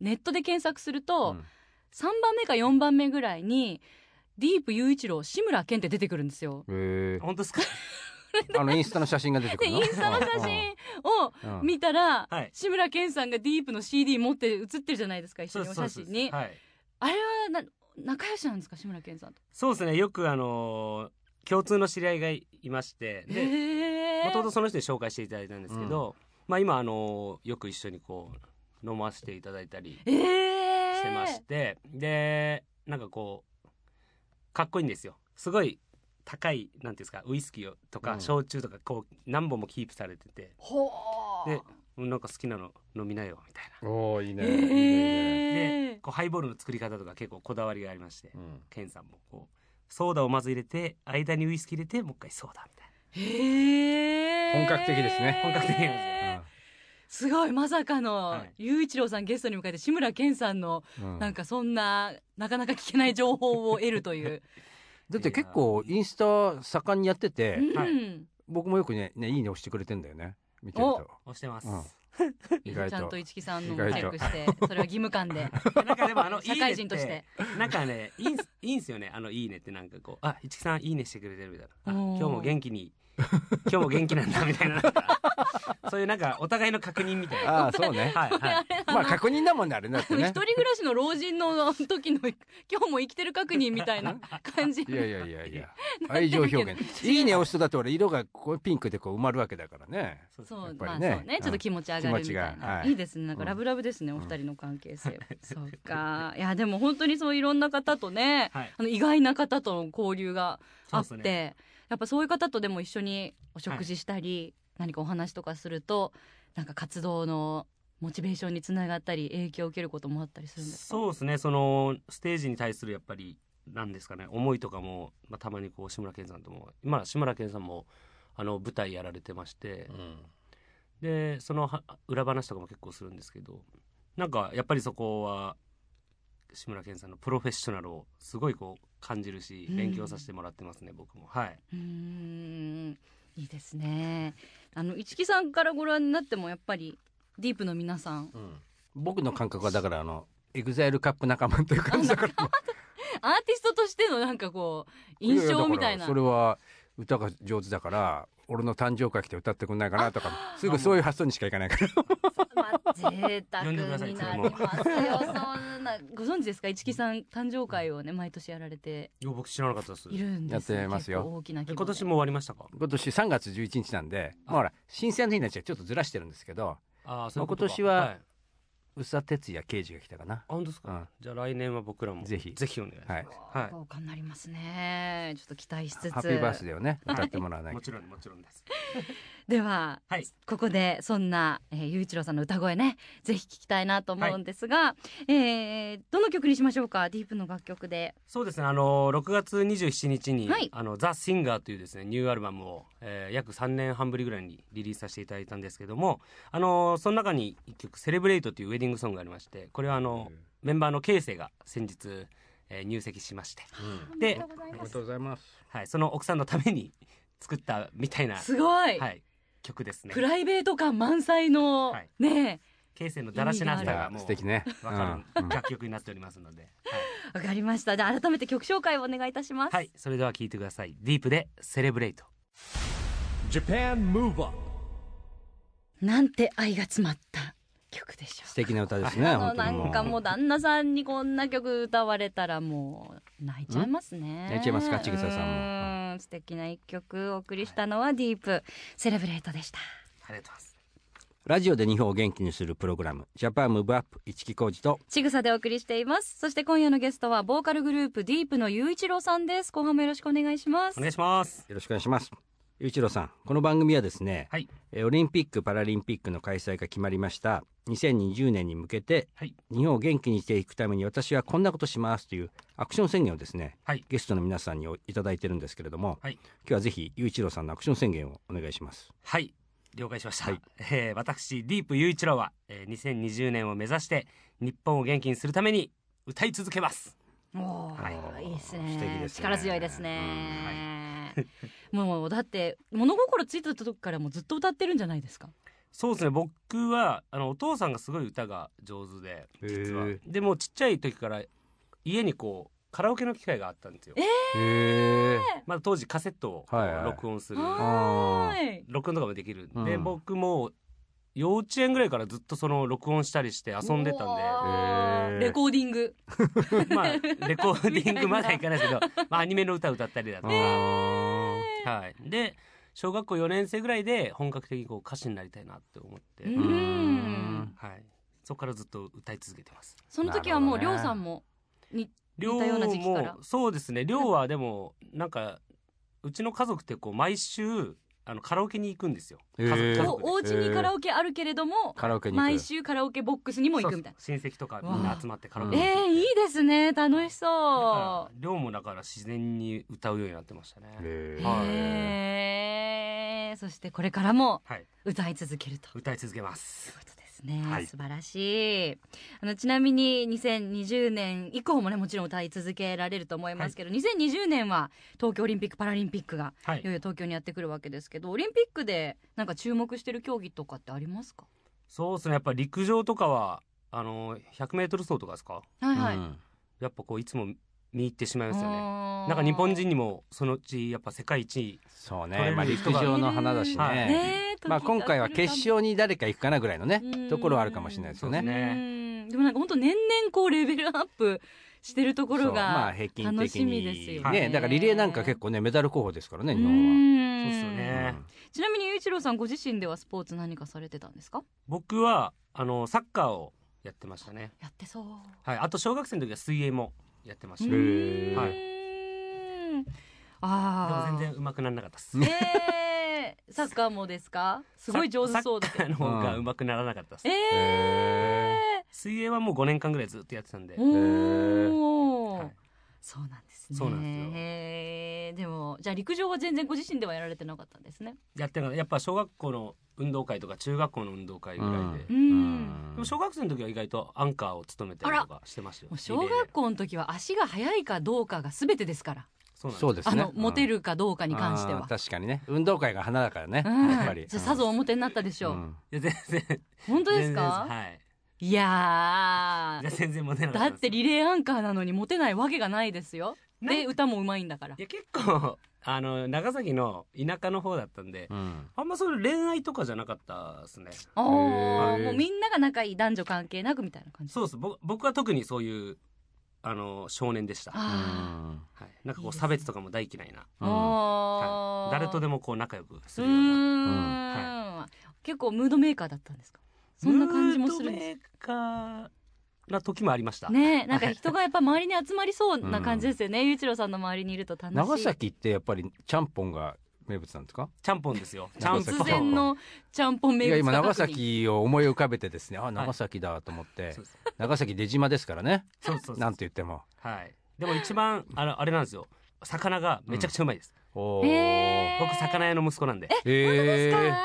[SPEAKER 3] ネットで検索すると、
[SPEAKER 2] うん
[SPEAKER 3] 3番目か4番目ぐらいにディープ雄一郎志村けんって出てくるんですよ。
[SPEAKER 2] へえ
[SPEAKER 4] 本当ですか
[SPEAKER 2] あのインスタの写真が出てく
[SPEAKER 3] で *laughs*
[SPEAKER 2] る
[SPEAKER 3] イ
[SPEAKER 2] の。
[SPEAKER 3] ンスタの写真を
[SPEAKER 2] うんうん
[SPEAKER 3] 見たら、
[SPEAKER 4] はい
[SPEAKER 3] 志村けんさんがディープの CD 持って写ってるじゃないですか一
[SPEAKER 4] そ
[SPEAKER 3] 緒
[SPEAKER 4] うで
[SPEAKER 3] に
[SPEAKER 4] す
[SPEAKER 3] お
[SPEAKER 4] そうですそう
[SPEAKER 3] 写真
[SPEAKER 4] です
[SPEAKER 3] に。
[SPEAKER 4] はい
[SPEAKER 3] あれはな仲良しなんですか志村けんさんと。
[SPEAKER 4] そうですねよくあのー共通の知り合いがいまして
[SPEAKER 3] へ
[SPEAKER 4] で
[SPEAKER 3] ー
[SPEAKER 4] もともとその人に紹介していただいたんですけど、まあ今あのーよく一緒にこう飲ませていただいたり
[SPEAKER 3] えー
[SPEAKER 4] してまして、でなんかこうかっこいいんですよすごい高いなんていうんですかウイスキーをと
[SPEAKER 2] う
[SPEAKER 4] か
[SPEAKER 2] ん
[SPEAKER 4] 焼酎とかこう何本もキープされてて、
[SPEAKER 3] ほー
[SPEAKER 4] でなんか好きなの飲みなよみたいな
[SPEAKER 2] おおいいね。いいねいいね
[SPEAKER 4] で
[SPEAKER 3] え
[SPEAKER 4] こうハイボールの作り方とか結構こだわりがありまして、
[SPEAKER 2] うん
[SPEAKER 4] ケンさんもこうソーダをまず入れて間にウイスキー入れてもう一回ソーダみたい
[SPEAKER 3] へえ
[SPEAKER 2] 本格的ですね
[SPEAKER 4] 本格的なんです
[SPEAKER 2] ね
[SPEAKER 3] すごいまさかの
[SPEAKER 4] はい
[SPEAKER 3] 雄一郎さんゲストに迎えて志村けんさんの
[SPEAKER 2] うん
[SPEAKER 3] なんかそんななかなか聞けない情報を得ると
[SPEAKER 2] *laughs*
[SPEAKER 3] いう、
[SPEAKER 2] だって結構インスタ盛んにやってて、
[SPEAKER 3] うん
[SPEAKER 4] はい
[SPEAKER 2] 僕もよくねねいいね押してくれてんだよね見てると
[SPEAKER 4] な押してます、
[SPEAKER 2] うん意外
[SPEAKER 3] ちゃん
[SPEAKER 2] と
[SPEAKER 3] と一木さんの
[SPEAKER 2] 意
[SPEAKER 3] もチェッ
[SPEAKER 2] 外と
[SPEAKER 3] クしてそれは義務感 *laughs* で
[SPEAKER 4] なんかでもあの「いいね」
[SPEAKER 3] 社会人として
[SPEAKER 4] なんかねいいんすいいんすよねあの「いいね」ってなんかこう「あ一木さんいいねしてくれてる」みたいなあ「今
[SPEAKER 3] おー
[SPEAKER 4] 日も元気に今日も元気なんだ」みたいな *laughs* なんかそういうなんかお互いの確認みたいな。
[SPEAKER 2] ああそうね
[SPEAKER 4] はいは
[SPEAKER 3] *laughs*
[SPEAKER 4] い
[SPEAKER 2] まあ確認だもんねあれだっ
[SPEAKER 3] あ
[SPEAKER 2] て
[SPEAKER 3] の一 *laughs*
[SPEAKER 2] ね
[SPEAKER 3] 人暮らしの老人の時の *laughs* 今日も生きてる確認みたいな感じ
[SPEAKER 2] いやいやいやいや愛情表現いいね押すとだって俺色がこうピンクでこう埋まるわけだからね
[SPEAKER 4] そう
[SPEAKER 3] そ
[SPEAKER 2] やっ
[SPEAKER 3] う、
[SPEAKER 2] ぱ
[SPEAKER 3] ま
[SPEAKER 2] り
[SPEAKER 3] あ
[SPEAKER 2] ね
[SPEAKER 3] そうね、ちょっと気持ち上がるみたい
[SPEAKER 2] 気持ち
[SPEAKER 3] な。
[SPEAKER 2] がはい
[SPEAKER 3] い、いですね、なんか
[SPEAKER 2] うん
[SPEAKER 3] ラブラブですね、お二人の関係性。そうか、いや、でも本当にそういろんな方とね、
[SPEAKER 4] はい
[SPEAKER 3] あの意外な方との交流があっ
[SPEAKER 4] そ
[SPEAKER 3] て、
[SPEAKER 4] うですね
[SPEAKER 3] やっぱそういう方とでも一緒にお食事したり、何かお話とかすると、なんか活動のモチベーションにつながったり、影響を受けることもあったりするんですか。
[SPEAKER 4] そうですねそのステージに対するやっぱりなんですかね思いとかも、まあ、たまにこう志村けんさんとも今志村けんさんもあの舞台やられてまして、でそのは裏話とかも結構するんですけどなんかやっぱりそこは志村けんさんのプロフェッショナルをすごいこう感じるし
[SPEAKER 3] うん
[SPEAKER 4] 勉強させてもらってますね、僕もはい。
[SPEAKER 3] うーん、いいですね。あの一木さんからご覧になっても、やっぱりディープの皆さん。
[SPEAKER 2] うん僕の感覚はだからあのエグザイルカップ仲間という感じだから
[SPEAKER 3] アーティストとしてのなんかこう印象みたい
[SPEAKER 2] ややだから
[SPEAKER 3] な
[SPEAKER 2] それは歌が上手だから俺の誕生会来て歌ってくんないかな
[SPEAKER 3] *laughs*
[SPEAKER 2] とかすぐそういう発想にしかいかないから
[SPEAKER 3] 贅沢になりますよそんなご存知ですか一木さん誕生会をね毎年やられて
[SPEAKER 4] いや僕知らなかったです
[SPEAKER 3] いるんですよ
[SPEAKER 2] やってますよ
[SPEAKER 3] 結構大きな規模
[SPEAKER 4] え
[SPEAKER 3] で
[SPEAKER 4] 今年も終わりましたか
[SPEAKER 2] 今年3月11日なんでまあほら新鮮な日になっちゃうちょっとずらしてるんですけど
[SPEAKER 4] あー
[SPEAKER 2] まあ今年は
[SPEAKER 4] いう
[SPEAKER 2] 宇佐哲也刑事が来たかな
[SPEAKER 4] あ本当ですか、
[SPEAKER 2] うん
[SPEAKER 4] じゃあ来年は僕らも
[SPEAKER 2] ぜひ
[SPEAKER 4] ぜひお願いします、
[SPEAKER 2] はい
[SPEAKER 4] はい
[SPEAKER 3] 豪華になりますねちょっと期待しつつ
[SPEAKER 2] ハッピーバースデーをね歌ってもらわない
[SPEAKER 4] も
[SPEAKER 2] と
[SPEAKER 4] ちろんもちろんです
[SPEAKER 3] では
[SPEAKER 4] はい
[SPEAKER 3] ここでそんな、えー、雄一郎さんの歌声ねぜひ聞きたいなと思うんですが、えーどの曲にしましょうかディープの楽曲で
[SPEAKER 4] そうですねあの6月27日に「
[SPEAKER 3] はい
[SPEAKER 4] あのザ・シンガーというですねニューアルバムを、えー約3年半ぶりぐらいにリリースさせていただいたんですけどもあのその中に1曲「セレブレイト」というウェディングソングがありましてこれはあのメンバーのイセが先日、えー入籍しまして、で、
[SPEAKER 2] おめでとうございます
[SPEAKER 4] はい、その奥さんのために *laughs* 作ったみたいな、
[SPEAKER 3] すごい、
[SPEAKER 4] はい、曲ですね
[SPEAKER 3] プライベート感満載の、
[SPEAKER 4] はい
[SPEAKER 3] ね
[SPEAKER 4] イセのだらしなさ
[SPEAKER 2] い
[SPEAKER 4] が
[SPEAKER 2] や
[SPEAKER 4] も
[SPEAKER 2] 素
[SPEAKER 4] う
[SPEAKER 2] 敵ね
[SPEAKER 4] わか
[SPEAKER 2] う
[SPEAKER 4] る
[SPEAKER 2] んうん
[SPEAKER 4] 楽曲になっておりますので、はい
[SPEAKER 3] わかりました。じゃあ改めて曲紹介をお願いいたします。
[SPEAKER 4] はい、それでは聴いてください「ディープで「セレブレイト」
[SPEAKER 1] Japan Move Up
[SPEAKER 3] なんて愛が詰まった曲でしょ
[SPEAKER 2] 素敵な歌です
[SPEAKER 3] う。*laughs*
[SPEAKER 2] ね
[SPEAKER 3] あの
[SPEAKER 2] 本当
[SPEAKER 3] な
[SPEAKER 2] に
[SPEAKER 3] んかもう旦那さんにこんな曲歌われたらもう泣いちゃいますね。
[SPEAKER 2] 泣いちゃいますか千草さんも
[SPEAKER 3] も。素敵な一曲お送りしたのはディープセレブレートでした。
[SPEAKER 4] ありがとうございます
[SPEAKER 2] ラジオで日本を元気にするプログラムジャパンムーブアップ一木浩二と
[SPEAKER 3] ちぐさでお送りしています。そして今夜のゲストはボーカルグループディープの雄一郎さんです。後半もよろしくお願いします。
[SPEAKER 4] お願いします
[SPEAKER 2] よろしくお願いしますゆういちろうさんこの番組はですね、
[SPEAKER 4] はい
[SPEAKER 2] えーオリンピック・パラリンピックの開催が決まりました2020年に向けて
[SPEAKER 4] はい
[SPEAKER 2] 日本を元気にしていくために私はこんなことしますというアクション宣言をですね
[SPEAKER 4] はい
[SPEAKER 2] ゲストの皆さんにおいただいてるんですけれども、
[SPEAKER 4] はい
[SPEAKER 2] 今日はぜひゆういちろうさんのアクション宣言をお願いします
[SPEAKER 4] はい了解しました、
[SPEAKER 2] はい
[SPEAKER 4] えー私ディープ雄一郎は、えー、2020年を目指して日本を元気にするために歌い続けます
[SPEAKER 3] おー
[SPEAKER 2] はい
[SPEAKER 3] い、いです
[SPEAKER 2] 素敵
[SPEAKER 3] ね
[SPEAKER 2] ですね
[SPEAKER 3] 力強いですね、もうだって物心ついた時からもうずっと歌ってるんじゃないですか
[SPEAKER 4] そうですね僕はあのお父さんがすごい歌が上手で実は
[SPEAKER 2] へえ
[SPEAKER 4] でもうちっちゃい時から家にこうカラオケの機会があったんですよ、
[SPEAKER 2] へえ
[SPEAKER 4] まだ当時カセットをこ
[SPEAKER 2] はいはいう
[SPEAKER 4] 録音する、
[SPEAKER 2] あー
[SPEAKER 3] い
[SPEAKER 4] 録音とかもできるんで、
[SPEAKER 2] うん
[SPEAKER 4] 僕も幼稚園ぐらいからずっとその録音したりして遊んでたんで
[SPEAKER 3] うわー
[SPEAKER 2] へー
[SPEAKER 3] レコーディング
[SPEAKER 4] *laughs* まあレコーディングまだいかないですけど、まあ、アニメの歌歌ったりだと
[SPEAKER 2] あ
[SPEAKER 4] か、
[SPEAKER 2] ー
[SPEAKER 4] はい、で小学校4年生ぐらいで本格的にこう歌手になりたいなって思って、
[SPEAKER 3] うん
[SPEAKER 2] うん
[SPEAKER 4] はい、そこからずっと歌い続けてます。
[SPEAKER 3] その時はもう
[SPEAKER 2] なる
[SPEAKER 3] りょう
[SPEAKER 2] ほどね
[SPEAKER 3] さんもに
[SPEAKER 4] 寮
[SPEAKER 3] 似たような時期から
[SPEAKER 4] もそうですね寮はでもなんかうちの家族ってこう毎週ああのカラオケに行くんですよ。
[SPEAKER 2] へー
[SPEAKER 4] 家族
[SPEAKER 3] おお家にカラオケあるけれども
[SPEAKER 2] カラオケに行く
[SPEAKER 3] 毎週カラオケボックスにも行くみたいな
[SPEAKER 4] そうそう親戚とかみんな集まってカラオケ
[SPEAKER 2] そ
[SPEAKER 4] に行く
[SPEAKER 3] え
[SPEAKER 2] う
[SPEAKER 3] ー、いいですね楽し
[SPEAKER 4] だか
[SPEAKER 3] そ
[SPEAKER 4] ら寮もだから自然に歌うようになってましたね。
[SPEAKER 3] う
[SPEAKER 2] へ
[SPEAKER 4] はい
[SPEAKER 3] へえそしてこれからも
[SPEAKER 4] はい、
[SPEAKER 3] 歌い続けるという
[SPEAKER 4] 歌い続けます。
[SPEAKER 3] ことですね、
[SPEAKER 4] はい
[SPEAKER 3] 素晴らしいあのちなみに2020年以降もねもちろん歌い続けられると思いますけど、2020年は東京オリンピック・パラリンピックが
[SPEAKER 4] はい
[SPEAKER 3] よい
[SPEAKER 4] い、
[SPEAKER 3] よ東京にやってくるわけですけどオリンピックでなんか注目してる競技とかってありますか
[SPEAKER 4] そうですね。やっぱ陸上とかはあの100メートル走とかですか。
[SPEAKER 3] はい
[SPEAKER 2] ー
[SPEAKER 3] はい、
[SPEAKER 2] うん
[SPEAKER 4] やっぱこういつも見入ってしまいますよね。
[SPEAKER 3] あー
[SPEAKER 4] なんか日本人にもそのうちやっぱ世界一位
[SPEAKER 2] そ
[SPEAKER 4] 取
[SPEAKER 2] うね
[SPEAKER 4] れる
[SPEAKER 2] まあ陸上の花だし
[SPEAKER 4] はい
[SPEAKER 2] ね
[SPEAKER 3] ねえ
[SPEAKER 2] まあ今回は決勝に誰か行くかなぐらいのね
[SPEAKER 3] うん
[SPEAKER 2] ところはあるかもしれないです
[SPEAKER 4] そ
[SPEAKER 2] よ
[SPEAKER 4] う
[SPEAKER 2] ね。
[SPEAKER 4] ね
[SPEAKER 3] うんでもなんか本当年々こうレベルアップしてるところ
[SPEAKER 2] そうまあ
[SPEAKER 3] が
[SPEAKER 2] 平均
[SPEAKER 3] 楽
[SPEAKER 2] 的
[SPEAKER 3] しみです
[SPEAKER 2] に
[SPEAKER 3] よね。
[SPEAKER 2] ねだからリレーなんか結構ねメダル候補ですからね日本は。
[SPEAKER 3] 本
[SPEAKER 4] そうですよね。
[SPEAKER 3] ちなみに雄一郎さんご自身ではスポーツ何かされてたんですか？
[SPEAKER 4] 僕はあのサッカーをやってましたね。
[SPEAKER 3] やってそう。
[SPEAKER 4] はい。あと小学生の時は水泳もやってました。
[SPEAKER 2] へ
[SPEAKER 4] でも
[SPEAKER 2] ー
[SPEAKER 4] はい
[SPEAKER 3] い。ああ。
[SPEAKER 4] 全然上手くならなかったです。
[SPEAKER 3] えーサッカーもですか？すごい上手そうだけ
[SPEAKER 4] サ
[SPEAKER 3] ど。
[SPEAKER 4] ッカーの方が上手くならなかったです。
[SPEAKER 3] え
[SPEAKER 2] へ
[SPEAKER 3] え
[SPEAKER 4] 水泳はもう5年間ぐらいずっとやってたんで
[SPEAKER 3] ー。。おお、
[SPEAKER 4] はい
[SPEAKER 3] そうなんですね。
[SPEAKER 4] そうなんですよ
[SPEAKER 3] えーでもじゃあ陸上は全然ご自身ではやられてなかったんですね。
[SPEAKER 4] やってなかったやっぱ小学校の運動会とか中学校の運動会ぐらいで、
[SPEAKER 2] うん
[SPEAKER 3] う
[SPEAKER 4] で
[SPEAKER 3] ん。
[SPEAKER 4] も小学生の時は意外とアンカーを務めたりとかしてましたよ
[SPEAKER 3] もう小学校の時は足が速いかどうかが全てですから、
[SPEAKER 4] そうなんです
[SPEAKER 2] そうです
[SPEAKER 3] あ
[SPEAKER 2] ね。
[SPEAKER 3] のモテるかどうかに関して
[SPEAKER 2] あ
[SPEAKER 3] は
[SPEAKER 2] ー。確かにね運動会が花だからね
[SPEAKER 3] うん
[SPEAKER 2] やっぱり。
[SPEAKER 3] じゃあさぞ表になったでしょう。
[SPEAKER 2] うん
[SPEAKER 4] いや全然
[SPEAKER 3] 本当ですか
[SPEAKER 4] 全然はい
[SPEAKER 3] いや
[SPEAKER 4] いや全然モテな
[SPEAKER 3] ー
[SPEAKER 4] かった
[SPEAKER 3] *laughs*
[SPEAKER 4] ん
[SPEAKER 3] だっ
[SPEAKER 4] です
[SPEAKER 3] てリレーアンカーなのにモテないわけがないですよ。
[SPEAKER 4] なん
[SPEAKER 3] で歌もうまいんだから
[SPEAKER 4] い。や結構 *laughs* あの長崎の田舎の方だったんで、
[SPEAKER 2] うん
[SPEAKER 4] あんまそういう恋愛とかじゃなかったですね
[SPEAKER 3] ああ
[SPEAKER 2] へー
[SPEAKER 3] もうみんなが仲いい男女関係なくみたいな感じ。
[SPEAKER 4] そうです僕僕は特にそういうあの少年でした、は
[SPEAKER 3] あ
[SPEAKER 4] い、なんかこ
[SPEAKER 3] いいうですね
[SPEAKER 4] 差別とかも大嫌いな、
[SPEAKER 3] あ、
[SPEAKER 2] うん
[SPEAKER 4] は
[SPEAKER 3] お
[SPEAKER 4] い、
[SPEAKER 3] ー
[SPEAKER 4] 誰とでもこう仲良くす
[SPEAKER 3] う
[SPEAKER 4] るような
[SPEAKER 3] ーん、結構ムードメーカーだったんですか。そんな感じもするんです
[SPEAKER 4] ムードメーカーな時もありました。
[SPEAKER 3] ねえなんか人がやっぱ周りに集まりそうな感じですよね、雄一郎さんの周りにいると楽しい
[SPEAKER 2] 長崎ってやっぱりちゃんぽんが名物なんですか？
[SPEAKER 4] ちゃんぽんです
[SPEAKER 3] *laughs*
[SPEAKER 4] よ。ちゃん
[SPEAKER 2] 長崎
[SPEAKER 4] ぽん。
[SPEAKER 3] 突然のちゃんぽん名
[SPEAKER 2] い
[SPEAKER 3] 物
[SPEAKER 2] や今
[SPEAKER 3] が
[SPEAKER 2] 長
[SPEAKER 3] 確認
[SPEAKER 2] 崎を思い浮かべてですねあ長崎だと思って、
[SPEAKER 4] そうです
[SPEAKER 2] 長崎出島ですからね
[SPEAKER 4] そうそうそう
[SPEAKER 2] なんて言っても
[SPEAKER 4] はい。でも一番あのあれなんですよ。魚がめちゃくちゃうまいです。
[SPEAKER 2] お
[SPEAKER 3] へー
[SPEAKER 4] 僕魚屋の息子なんで。
[SPEAKER 2] え
[SPEAKER 3] か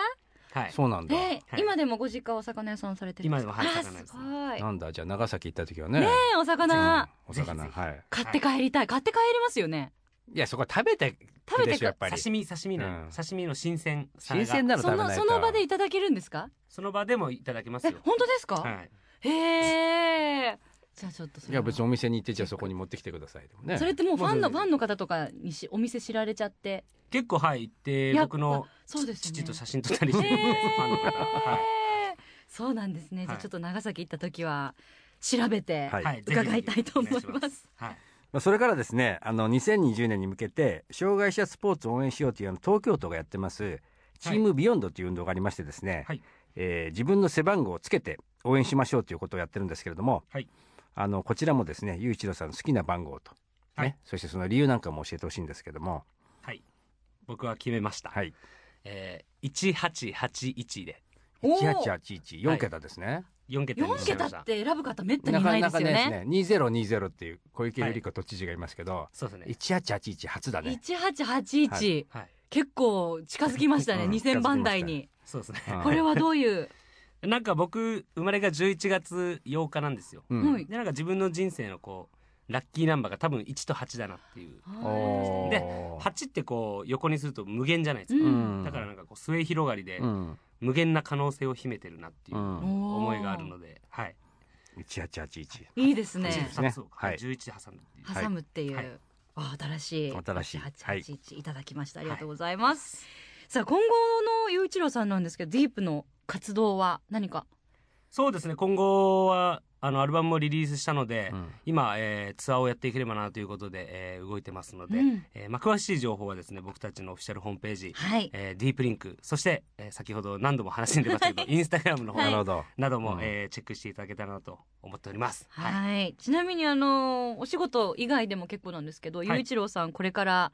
[SPEAKER 4] はい。
[SPEAKER 2] そうなんだ、
[SPEAKER 3] え
[SPEAKER 4] はい
[SPEAKER 3] 今でもご実家お魚屋さんされてるんですか
[SPEAKER 4] 今でもはい
[SPEAKER 3] あ
[SPEAKER 4] 魚屋さん
[SPEAKER 3] すご
[SPEAKER 2] ないんだじゃあ長崎行った時はねね
[SPEAKER 3] えお魚
[SPEAKER 2] お
[SPEAKER 4] ぜひぜ
[SPEAKER 2] 魚
[SPEAKER 4] ひ
[SPEAKER 2] はい
[SPEAKER 3] 買って帰りたい買って帰りますよね
[SPEAKER 2] いやそこは食べて
[SPEAKER 3] 食べてく
[SPEAKER 2] でしょやっぱり
[SPEAKER 4] 刺身刺身の、
[SPEAKER 2] うん
[SPEAKER 4] 刺身の新鮮さが
[SPEAKER 2] 新鮮なの食
[SPEAKER 3] そ
[SPEAKER 2] べ
[SPEAKER 3] の
[SPEAKER 2] ない
[SPEAKER 3] そ
[SPEAKER 2] と
[SPEAKER 3] の場でいただけるんですか
[SPEAKER 4] その場でもいただけます
[SPEAKER 3] え
[SPEAKER 4] よ。
[SPEAKER 3] 本当ですか、
[SPEAKER 4] はい。
[SPEAKER 3] へえじゃあちょっとそ
[SPEAKER 2] い
[SPEAKER 3] れ
[SPEAKER 2] や
[SPEAKER 3] は
[SPEAKER 2] 別にお店に行ってじゃあそこに持ってきてくださいでもね
[SPEAKER 3] それってもうファン
[SPEAKER 4] も
[SPEAKER 3] の
[SPEAKER 4] う全
[SPEAKER 3] フ
[SPEAKER 4] 然
[SPEAKER 3] ァンの方とかにしお店知られちゃって
[SPEAKER 4] 結構はい行って
[SPEAKER 3] やっぱ
[SPEAKER 4] 僕の
[SPEAKER 3] そうですよね
[SPEAKER 4] 父と写真撮ったりしてるんです
[SPEAKER 3] へー
[SPEAKER 4] ファンの方。は
[SPEAKER 3] そうなんですね、じゃ
[SPEAKER 4] は
[SPEAKER 3] あ
[SPEAKER 4] い
[SPEAKER 3] ちょっと長崎行った時は調べて、
[SPEAKER 2] はい
[SPEAKER 4] い。はい。
[SPEAKER 3] 伺いたいと思います
[SPEAKER 4] ぜひぜひお願しはい。
[SPEAKER 2] まあそれからですねあの2020年に向けて障害者スポーツを応援しようというあの東京都がやってますチームビヨンドという運動がありましてですね、
[SPEAKER 4] はい
[SPEAKER 2] えー自分の背番号をつけて応援しましょうということをやってるんですけれども、
[SPEAKER 4] はい
[SPEAKER 2] あのこちらもですね雄一郎さんの好きな番号と、ね
[SPEAKER 4] はい
[SPEAKER 2] そしてその理由なんかも教えてほしいんですけども、
[SPEAKER 4] はい。僕は決めました。
[SPEAKER 2] はい、
[SPEAKER 4] えー、一八八一で
[SPEAKER 3] おー
[SPEAKER 2] 18814、四桁ですね、
[SPEAKER 4] 四桁に
[SPEAKER 3] 4
[SPEAKER 4] しま
[SPEAKER 3] 桁
[SPEAKER 4] した
[SPEAKER 3] っ。て選ぶ方めったにいないですよ
[SPEAKER 2] ない
[SPEAKER 3] ね
[SPEAKER 2] ですね2020っていう小池百合子都知事がいますけど、
[SPEAKER 4] そうですね。
[SPEAKER 2] 18811初だね、
[SPEAKER 3] 1881、
[SPEAKER 2] は
[SPEAKER 4] はい。
[SPEAKER 3] 結構近づきましたね、
[SPEAKER 2] うん
[SPEAKER 3] 2000番台に、
[SPEAKER 4] そうですね。
[SPEAKER 2] うん
[SPEAKER 3] これはどう
[SPEAKER 4] *laughs*
[SPEAKER 3] いう、
[SPEAKER 4] なんか僕生まれが11月8日なんですよ。
[SPEAKER 2] う
[SPEAKER 3] はい
[SPEAKER 2] ん、
[SPEAKER 4] でなんか自分の人生のこうラッキーナンバーが多分1と8だなっていう。
[SPEAKER 2] おー
[SPEAKER 4] で8ってこう横にすると無限じゃないです
[SPEAKER 3] う
[SPEAKER 4] か。
[SPEAKER 3] ん
[SPEAKER 4] だからなんかこう末広がりで
[SPEAKER 2] うん、
[SPEAKER 4] 無限な可能性を秘めてるなっていう
[SPEAKER 2] うん
[SPEAKER 4] 思いがあるので、はい。
[SPEAKER 2] 18811
[SPEAKER 3] いいですね
[SPEAKER 2] そう
[SPEAKER 4] 8
[SPEAKER 2] で
[SPEAKER 4] です
[SPEAKER 2] ね
[SPEAKER 4] そうか
[SPEAKER 2] はい
[SPEAKER 4] 11で挟んでっていう。
[SPEAKER 2] はい
[SPEAKER 3] 挟むっていう、
[SPEAKER 4] はい
[SPEAKER 3] あ新しい
[SPEAKER 2] 新しいはい
[SPEAKER 3] 8881いただきましたありがとうございます、さあ今後の雄一郎さんなんですけどディープの活動は何か
[SPEAKER 4] そうですね。今後はあのアルバムもリリースしたので、
[SPEAKER 2] うん
[SPEAKER 4] 今、えーツアーをやっていければなということで、えー動いてますので、
[SPEAKER 3] うん
[SPEAKER 4] えーまあ、詳しい情報はですね僕たちのオフィシャルホームページ、
[SPEAKER 3] はい
[SPEAKER 4] えーディープリンクそして、えー先ほど何度も話に出ましたけど、
[SPEAKER 3] *laughs*
[SPEAKER 4] インスタグラムの方
[SPEAKER 2] なるほど、
[SPEAKER 4] なども、
[SPEAKER 2] うん
[SPEAKER 4] えーチェックしていただけたらなと思っております。
[SPEAKER 3] はい、
[SPEAKER 4] い、
[SPEAKER 3] ちなみにあのお仕事以外でも結構なんですけど、
[SPEAKER 4] い
[SPEAKER 3] 雄一郎さんこれから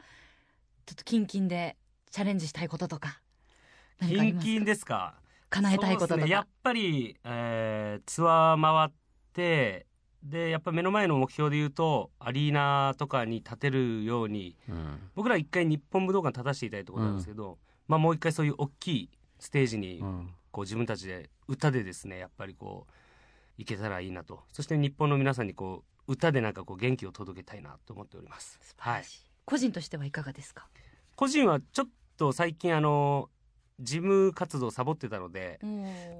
[SPEAKER 3] ちょっと近々でチャレンジしたいこととか何かあり
[SPEAKER 4] 近
[SPEAKER 3] ます
[SPEAKER 4] 々ですか
[SPEAKER 3] 叶えたいこと
[SPEAKER 4] そう
[SPEAKER 3] と
[SPEAKER 4] ですねや
[SPEAKER 3] か
[SPEAKER 4] っ。ぱり、えーツアー回ってでやっぱ目の前の目標で言うとアリーナとかに立てるように
[SPEAKER 2] うん
[SPEAKER 4] 僕ら一回日本武道館立たせていただいたことなんですけど、まあ、もう一回そういう大きいステージに
[SPEAKER 2] うん
[SPEAKER 4] こう自分たちで歌でですねやっぱりこういけたらいいなとそして日本の皆さんにこう歌でなんかこう元気を届けたいなと思っております。はい、
[SPEAKER 3] 個人としてはいかがですか。
[SPEAKER 4] 個人はちょっと最近あの事務活動サボってたので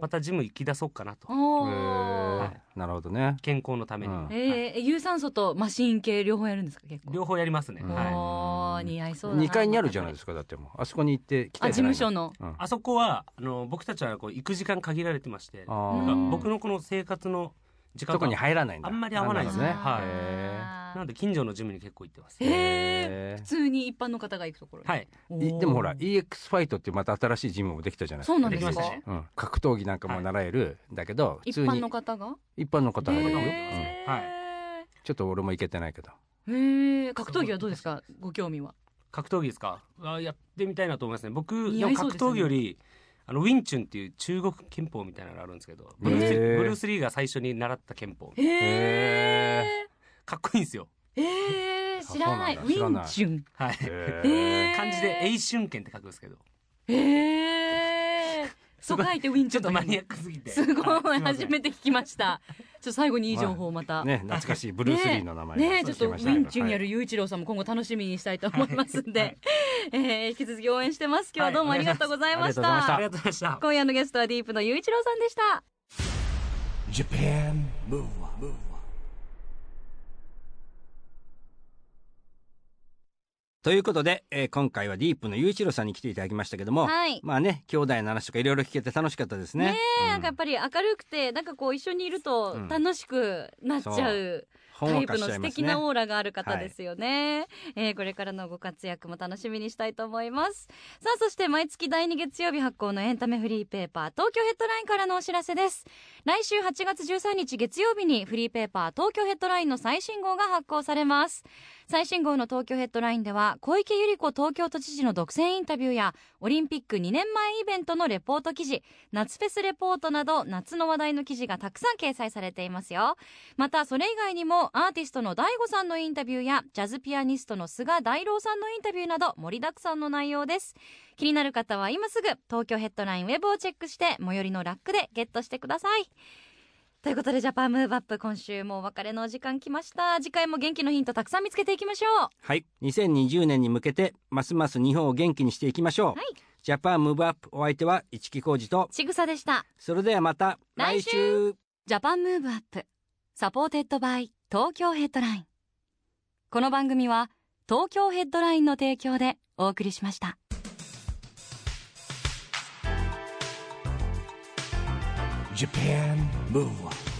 [SPEAKER 4] またジム行き出そうかなと
[SPEAKER 3] お
[SPEAKER 2] へ
[SPEAKER 3] ー
[SPEAKER 2] ーなるほどね
[SPEAKER 4] 健康のために、
[SPEAKER 2] うん
[SPEAKER 3] え
[SPEAKER 4] はい
[SPEAKER 3] ー、有酸素とマシン系両方やるんですか結構。
[SPEAKER 4] 両方やりますね、
[SPEAKER 2] うん
[SPEAKER 4] はい、
[SPEAKER 3] おー似合いそうだな。
[SPEAKER 2] 2階にあるじゃないですすかだってもうあそこに行って
[SPEAKER 3] あ事務所の。
[SPEAKER 2] 務
[SPEAKER 4] あそこはあの僕たちはこう行く時間限られてまして
[SPEAKER 2] あ
[SPEAKER 4] なん
[SPEAKER 2] ー
[SPEAKER 4] か僕のこの生活の時間
[SPEAKER 2] と
[SPEAKER 4] と
[SPEAKER 2] こに入らないんだ
[SPEAKER 4] あんまり合わないですね
[SPEAKER 2] るほど
[SPEAKER 4] はい
[SPEAKER 2] へ
[SPEAKER 3] あー
[SPEAKER 4] なんで近所のジムに結構行ってます、
[SPEAKER 3] へえ
[SPEAKER 2] へー
[SPEAKER 3] 普通に一般の方が行くところ。
[SPEAKER 4] はい
[SPEAKER 3] お
[SPEAKER 2] い
[SPEAKER 3] ー
[SPEAKER 2] でもほら EX ファイトっていうまた新しいジムもできたじゃない
[SPEAKER 3] そうなん
[SPEAKER 4] で
[SPEAKER 3] ですす
[SPEAKER 4] か
[SPEAKER 3] か。
[SPEAKER 2] うん格闘技なんかも習える、だけど普
[SPEAKER 3] 一
[SPEAKER 2] 通に
[SPEAKER 3] 般の方が。
[SPEAKER 2] 一般の方がいるよ、うん
[SPEAKER 3] へー
[SPEAKER 4] はい
[SPEAKER 2] ちょっと俺も行けてないけど
[SPEAKER 3] へえ格闘技はどうですかご興味は。
[SPEAKER 4] 格闘技ですかあやってみたいなと思いますね僕
[SPEAKER 3] 似合いそう
[SPEAKER 4] 格
[SPEAKER 3] ですね
[SPEAKER 4] 闘技よりあのウィンチュンっていう中国拳法みたいなのがあるんですけどブルース
[SPEAKER 2] へー
[SPEAKER 4] ブルース・リーが最初に習った拳法
[SPEAKER 3] へえ
[SPEAKER 4] かっこいいんですよ
[SPEAKER 3] えー、知らない
[SPEAKER 2] あ
[SPEAKER 3] ウ
[SPEAKER 2] そう
[SPEAKER 3] ィ
[SPEAKER 2] なんだ
[SPEAKER 3] ンチュン
[SPEAKER 4] はい
[SPEAKER 3] へー
[SPEAKER 4] 漢字で「英春拳」って書くんですけど
[SPEAKER 3] えー、そう書いてウィン
[SPEAKER 4] ち
[SPEAKER 3] チ
[SPEAKER 4] ょ
[SPEAKER 3] ュ
[SPEAKER 4] っと
[SPEAKER 3] ンと
[SPEAKER 4] マニアックすぎて
[SPEAKER 3] すご
[SPEAKER 4] はいませ
[SPEAKER 3] 初
[SPEAKER 4] ん
[SPEAKER 3] めて聞きましたちょっと最後にいい情報をまた、
[SPEAKER 2] ね懐かしいブルース・リーの名前が
[SPEAKER 3] ねえちょっとウ
[SPEAKER 2] 聞けました
[SPEAKER 3] ィンチュンや
[SPEAKER 2] は
[SPEAKER 3] る
[SPEAKER 2] い
[SPEAKER 3] 雄一郎さんも今後楽しみにしたいと思いますんで、えー引き続き応援してます今日はどうもありがとうございました,、
[SPEAKER 2] はいお願いします
[SPEAKER 4] ありがとうございました
[SPEAKER 3] 今夜のゲストはディープの雄一郎さんでした
[SPEAKER 1] Japan Move Up
[SPEAKER 2] ということで、えー今回はディープの雄一郎さんに来ていただきましたけども、
[SPEAKER 3] はい
[SPEAKER 2] まあね兄弟の話とかいろいろ聞けて楽しかったですね
[SPEAKER 3] ねえ、なんかやっぱり明るくてなんかこう一緒にいると
[SPEAKER 2] うん
[SPEAKER 3] 楽しくなっちゃ
[SPEAKER 2] そうほん
[SPEAKER 3] タ
[SPEAKER 2] わ
[SPEAKER 3] イ
[SPEAKER 2] か
[SPEAKER 3] プ
[SPEAKER 2] し
[SPEAKER 3] の
[SPEAKER 2] ちゃい
[SPEAKER 3] 素
[SPEAKER 2] ます
[SPEAKER 3] 敵
[SPEAKER 2] ね
[SPEAKER 3] なオーラがある方ですよね、えーこれからのご活躍も楽しみにしたいと思いますさあそして毎月第2月曜日発行のエンタメフリーペーパー東京ヘッドラインからのお知らせです来週8月13日月曜日にフリーペーパー東京ヘッドラインの最新号が発行されます最新号の東京ヘッドラインでは小池百合子東京都知事の独占インタビューやオリンピック2年前イベントのレポート記事夏フェスレポートなど夏の話題の記事がたくさん掲載されていますよまたそれ以外にもアーティストの DAIGO さんのインタビューやジャズピアニストの菅大郎さんのインタビューなど盛りだくさんの内容です気になる方は今すぐ東京ヘッドラインウェブをチェックして最寄りのラックでゲットしてくださいということでジャパンムーブアップ今週もお別れのお時間来ました次回も元気のヒントたくさん見つけていきましょう
[SPEAKER 2] はい2020年に向けてますます日本を元気にしていきましょう、
[SPEAKER 3] はい
[SPEAKER 2] ジャパンムーブアップお相手は市木浩二と
[SPEAKER 3] ちぐさでした
[SPEAKER 2] それではまた
[SPEAKER 3] 来週ジャパンムーブアップサポーテッドバイ東京ヘッドラインこの番組は東京ヘッドラインの提供でお送りしました
[SPEAKER 1] Japan Move Up